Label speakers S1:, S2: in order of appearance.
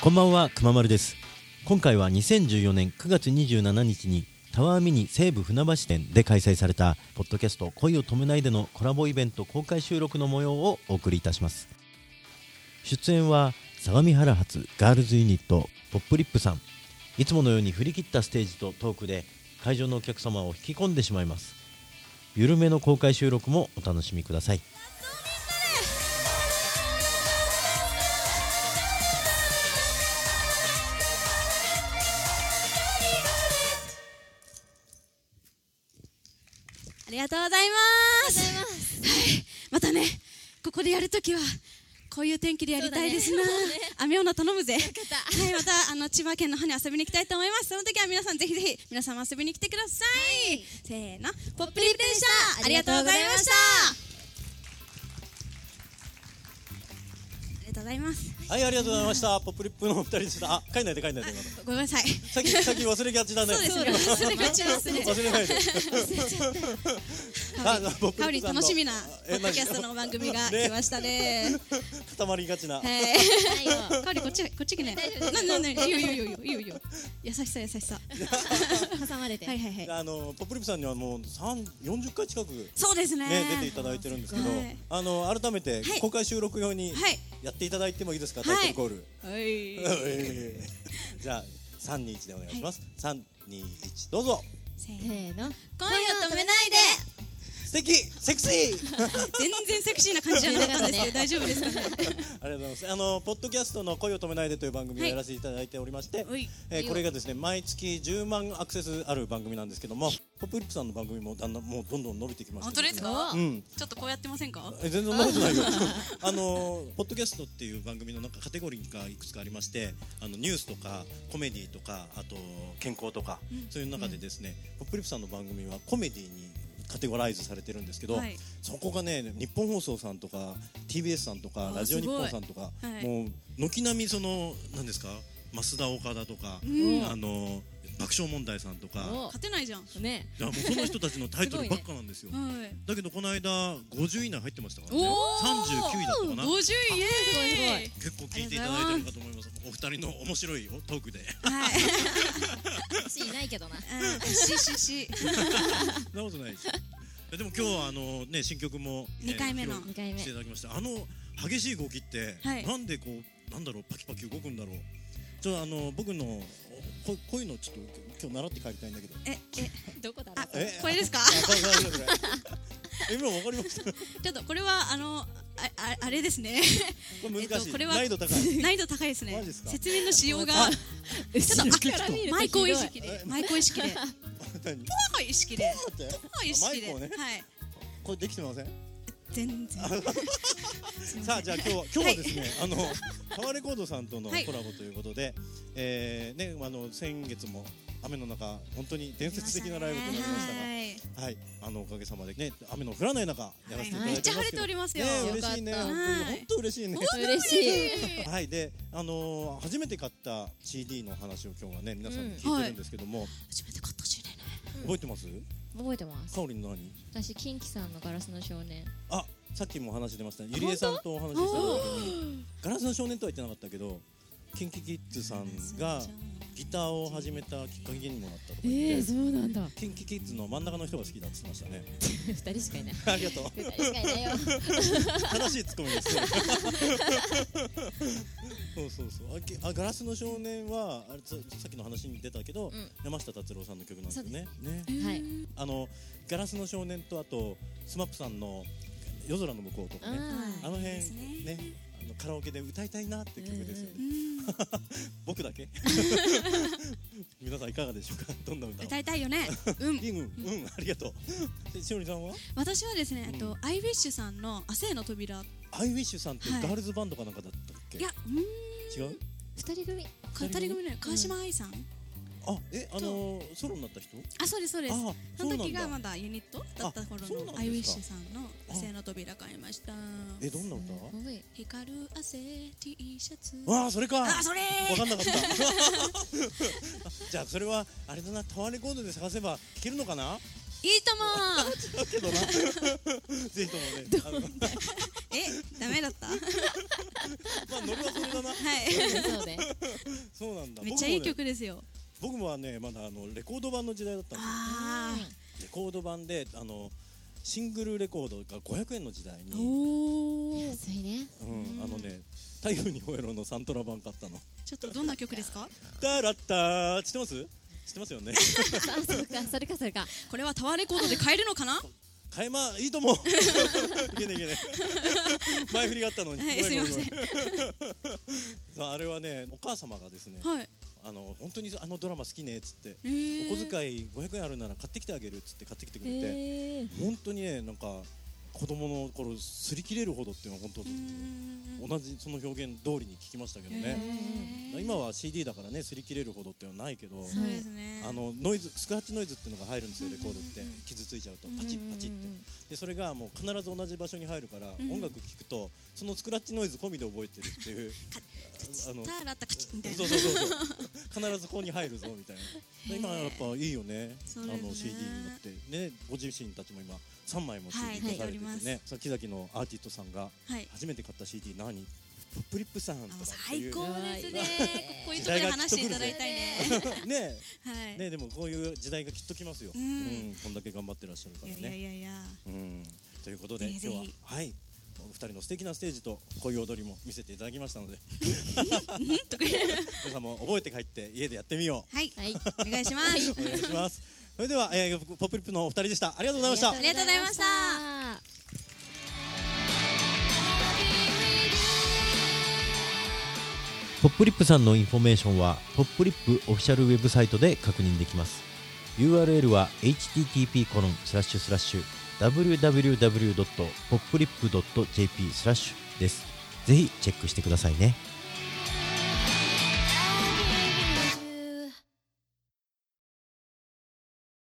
S1: こんばんは、くままるです。今回は2014年9月27日にタワーミニ西武船橋店で開催された、ポッドキャスト恋を止めないでのコラボイベント公開収録の模様をお送りいたします。出演は、相模原発ガールズユニット、ポップリップさん。いつものように振り切ったステージとトークで、会場のお客様を引き込んでしまいます。ゆるめの公開収録もお楽しみください。
S2: ありがとうございます。はい、またね、ここでやるときは、こういう天気でやりたいですな。雨女頼むぜ。はい、また、あの千葉県の方に遊びに行きたいと思います。その時は皆さん、ぜひぜひ、皆さんも遊びに来てください。せーの、ポップリップでした。ありがとうございました。ありがとうございます。
S1: はい、ありがとうございました。ポップリップのお二人でした。あ帰んないで帰んないで。
S2: ごめんなさい。
S1: さっき、さっき忘れがちだね。
S2: そうですね。それがちですね。
S1: 忘れないで。あ、ポップ
S2: かお
S1: リ
S2: り
S1: ップさんと
S2: 楽しみなポ
S1: え
S2: ッドキャストの番組が来ましたね。
S1: 固まりがちな。
S2: はい。かおりこっちこっち来ない。なんなんなんいいよいいよいいよいいよいいよ。優しさ優しさ。
S3: 挟まれて、
S2: はいはいはい。
S1: あのポップリップさんにはもう三四十回近くね
S2: そうですね。
S1: 出ていただいてるんですけど
S2: はい、
S1: あの改めて
S2: はい
S1: 公開収録用に
S2: はい
S1: やっていただいてもいいですか？
S2: は
S1: タ
S2: い
S1: イトルコール。
S2: はい。
S1: えーじゃあ三二一でお願いします。三二一どうぞ。
S2: せー
S3: せーの
S2: 今夜止めないで。
S1: 素敵、セクシー。
S2: 全然セクシーな感じじゃなかったんですけど大丈夫ですかね。
S1: ありがとうございます。あのポッドキャストの恋を止めないでという番組を
S2: はい
S1: やらせていただいておりまして、
S2: はい
S1: えーこれがですね毎月10万アクセスある番組なんですけども、ポップリップさんの番組もだんだんもうどんどん伸びてきました。
S2: 本当ですか
S1: う。ん。
S2: ちょっとこうやってませんか。
S1: え全然そんなこと ないよ。あのポッドキャストっていう番組の中カテゴリーがいくつかありまして、あのニュースとかコメディとかあと健康とか、そういう中でですね、ポップリップさんの番組はコメディにカテゴライズされてるんですけど、
S2: はい
S1: そこがね日本放送さんとか TBS さんとか
S2: ー
S1: ラジオ日本さんとか、
S2: すごいはい
S1: もう軒並みその何ですか増田岡田とか、
S2: ん
S1: あの爆笑問題さんとか、
S3: お
S2: 勝てないじゃん。は
S3: ね
S1: いやもうその人たちのタイトルばっかなん ですよ。
S2: い。
S1: だけどこの間50位以内入ってましたからね
S2: お
S1: 39位だったかな
S2: 五十位イエーイ。
S1: 結構聞いていただいてるかと思いますお二人の面白いトークで
S2: はい。
S3: 私いないけどな
S2: うんししし。
S1: そんなことないですでも今日はあのね新曲もえー
S2: 二回目の
S1: 披露
S3: 二回目
S1: していただきましたあの激しい動きって
S2: はい
S1: なんでこうなんだろうパキパキ動くんだろうちょっとあの僕のここういうのちょっと今日習って帰りたいんだけど
S2: ええ
S3: どこだろ
S2: あ
S3: う
S1: え
S2: これですか。
S1: あこれこれこれこれ今わかりましたこ
S2: ちょっとこれはあのあああれです
S1: れ
S2: ね。
S1: 難し
S2: えっと
S1: い
S2: これは
S1: 難易 度高い
S2: 難易度高いですね
S1: マジですか
S2: 説明の仕様が
S1: あ
S2: ちょっと
S3: 後ろから見ると
S2: マイクを意
S3: ひ
S2: 識でマイクを意識でポ
S1: 何
S2: ー意識で
S1: 待 って
S2: ポー意識で
S1: マイクを
S2: はい
S1: ねこれできてません
S2: 全然
S1: さあじゃあ今日は今日はですね、 あのパワーレコードさんとのコ
S2: はい
S1: ラボということで、えーねあの先月も雨の中本当に伝説的なライブとなりましたが、
S2: はい
S1: はいあのおかげさまでね雨の降らない中やらせていただいてますけど、
S2: めっちゃ晴れておりますよ
S1: ね
S3: よか
S1: 嬉
S3: った
S1: しいね
S3: はい
S1: 本当嬉しいね。
S3: 嬉しい
S1: はいであのー初めて買った CD の話を今日はね皆さんに聞いてるんですけども、
S2: 初めて買ったしね
S1: 覚えてます？
S3: 覚えてます
S1: カオリンの何？
S3: 私キンキさんのガラスの少年
S1: あさっきも話してましたねゆりえさんとお話しした時にガラスの少年とは言ってなかったけどキンキキッズさんがギターを始めたきっかけにもなったとか言って、
S3: うなんだ
S1: キンキキッズの真ん中の人が好きだって言ってましたね
S3: 二人しかいない
S1: ありがとう
S3: 二人しかいない
S1: 正
S3: よ
S1: しいツッコミ ですねそうそうそうあきあガラスの少年はあれささっきの話に出たけど、
S3: ん
S1: 山下達郎さんの曲なんですよねね
S3: はい
S1: あのガラスの少年とあとスマップさんの夜空の向こうとかねあ
S3: あ
S1: の辺
S2: いい
S1: ね
S2: ですね
S1: あのカラオケで歌いたいなって曲ですよね、
S2: うん
S1: 僕だけ 皆さんいかがでしょうか どんな歌を
S2: 歌いた いよねうん
S1: うんうんありがとうでしおりさんは
S2: 私はですね
S1: うん
S2: えっとアイウィッシュさんの亜生の扉
S1: アイウィッシュさんって
S2: はい
S1: ガールズバンドかなんかだったっけ、
S2: いやうん
S1: 違う
S3: 二人組
S2: 語り組の川島愛さん
S1: あえあのーソロになった人
S2: あそうですそうです
S1: あ
S2: そ
S1: そう
S2: の
S1: なん
S2: 時が
S1: だ
S2: まだユニットだった頃
S1: あそうなんです
S2: の
S1: か
S2: アイウィッシュさんの「汗の扉」買いました
S1: えどんな
S3: す
S1: 歌
S3: ごい
S2: 光る汗 T シャツ
S1: わあそれか
S2: あそれ
S1: わかんなかった じゃあそれはあれだなタワーレコードで探せば聴けるのかない
S2: いと
S1: だ
S2: も
S1: けどな ぜひともねあの
S2: えダメだったは
S1: まあノリはそれだない
S3: そうね
S2: っちゃいい曲ですよ。
S1: 僕もはねまだあのレコード版の時代だったんで
S2: あ
S1: すよレコード版であのシングルレコードが500円の時代
S2: あ。
S1: に、
S2: おお。
S3: 安いね。
S1: うん、あのね「太陽にほえろ」のサントラ版買ったの
S2: ちょっとどんな曲ですか？
S1: 「ダラッター」知ってます知ってます よね
S3: あ、そうか、それか、それか。
S2: これはタワーレコードで買えるのかな？
S1: 買えまいいと思ういけないいけない前振りがあったのに
S2: はい
S1: ごめんごめん
S2: す
S1: ごめん そうあれはねお母様がですね
S2: はい。
S1: あの本当にあのドラマ好きねっつって
S2: えー
S1: お小遣い500円あるなら買ってきてあげるっつって買ってきてくれて、
S3: ええ。
S1: 本当にねなんか子供の頃擦り切れるほどっていうのは本
S2: うーん
S1: 当同じその表現通りに聞きましたけどね、
S2: へー
S1: 今は CD だからね擦り切れるほどっていうのはないけど、
S2: そうですね。
S1: あのノイズスクラッチノイズっていうのが入るんですよレコードって
S2: うんうんうん
S1: 傷ついちゃうとパチッパチッ
S3: う
S1: て
S3: ん
S1: でそれがもう必ず同じ場所に入るから、
S2: ん
S1: 音楽聴くとそのスクラッチノイズ込みで覚えてるって いうあの
S2: タラタカチッみたいな。
S1: そうそうそうそう必ずここに入るぞみたいな今やっぱいいよね
S2: そうですね
S1: あの CD になってねご自身たちも今3枚も CD 出されててね、
S2: はいはい
S1: さっきざきのアーティストさんが
S2: はい。
S1: 初めて買った CD 何ポップリップさんとか
S2: あ
S1: ってい
S2: 最
S1: う
S2: 高ですね。こういうところで話していただいたいね。
S1: ね
S2: はい。
S1: ねでもこういう時代がきっと来ますよ、
S2: う
S1: うんんこんだけ頑張ってらっしゃるか
S2: い
S1: ら
S2: や
S1: ね
S2: いやいやいや。
S1: うんということで
S2: ぜひぜひ
S1: 今日ははいお二人の素敵なステージと恋踊りも見せていただきました ので皆さんも覚えて帰って家でやってみよう
S2: はい。
S3: はい。
S2: お願いします。
S1: お願いします。それでは、えー、ポップリップのお二人でした。ありがとうございました
S3: あ。
S2: りがとうございました
S1: ポップリップさんのインフォメーションは、ポップリップオフィシャルウェブサイトで確認できます。URL は http コロンスラッシュスラッシュ www.poplip.jp スラッシュです。ぜひチェックしてくださいね。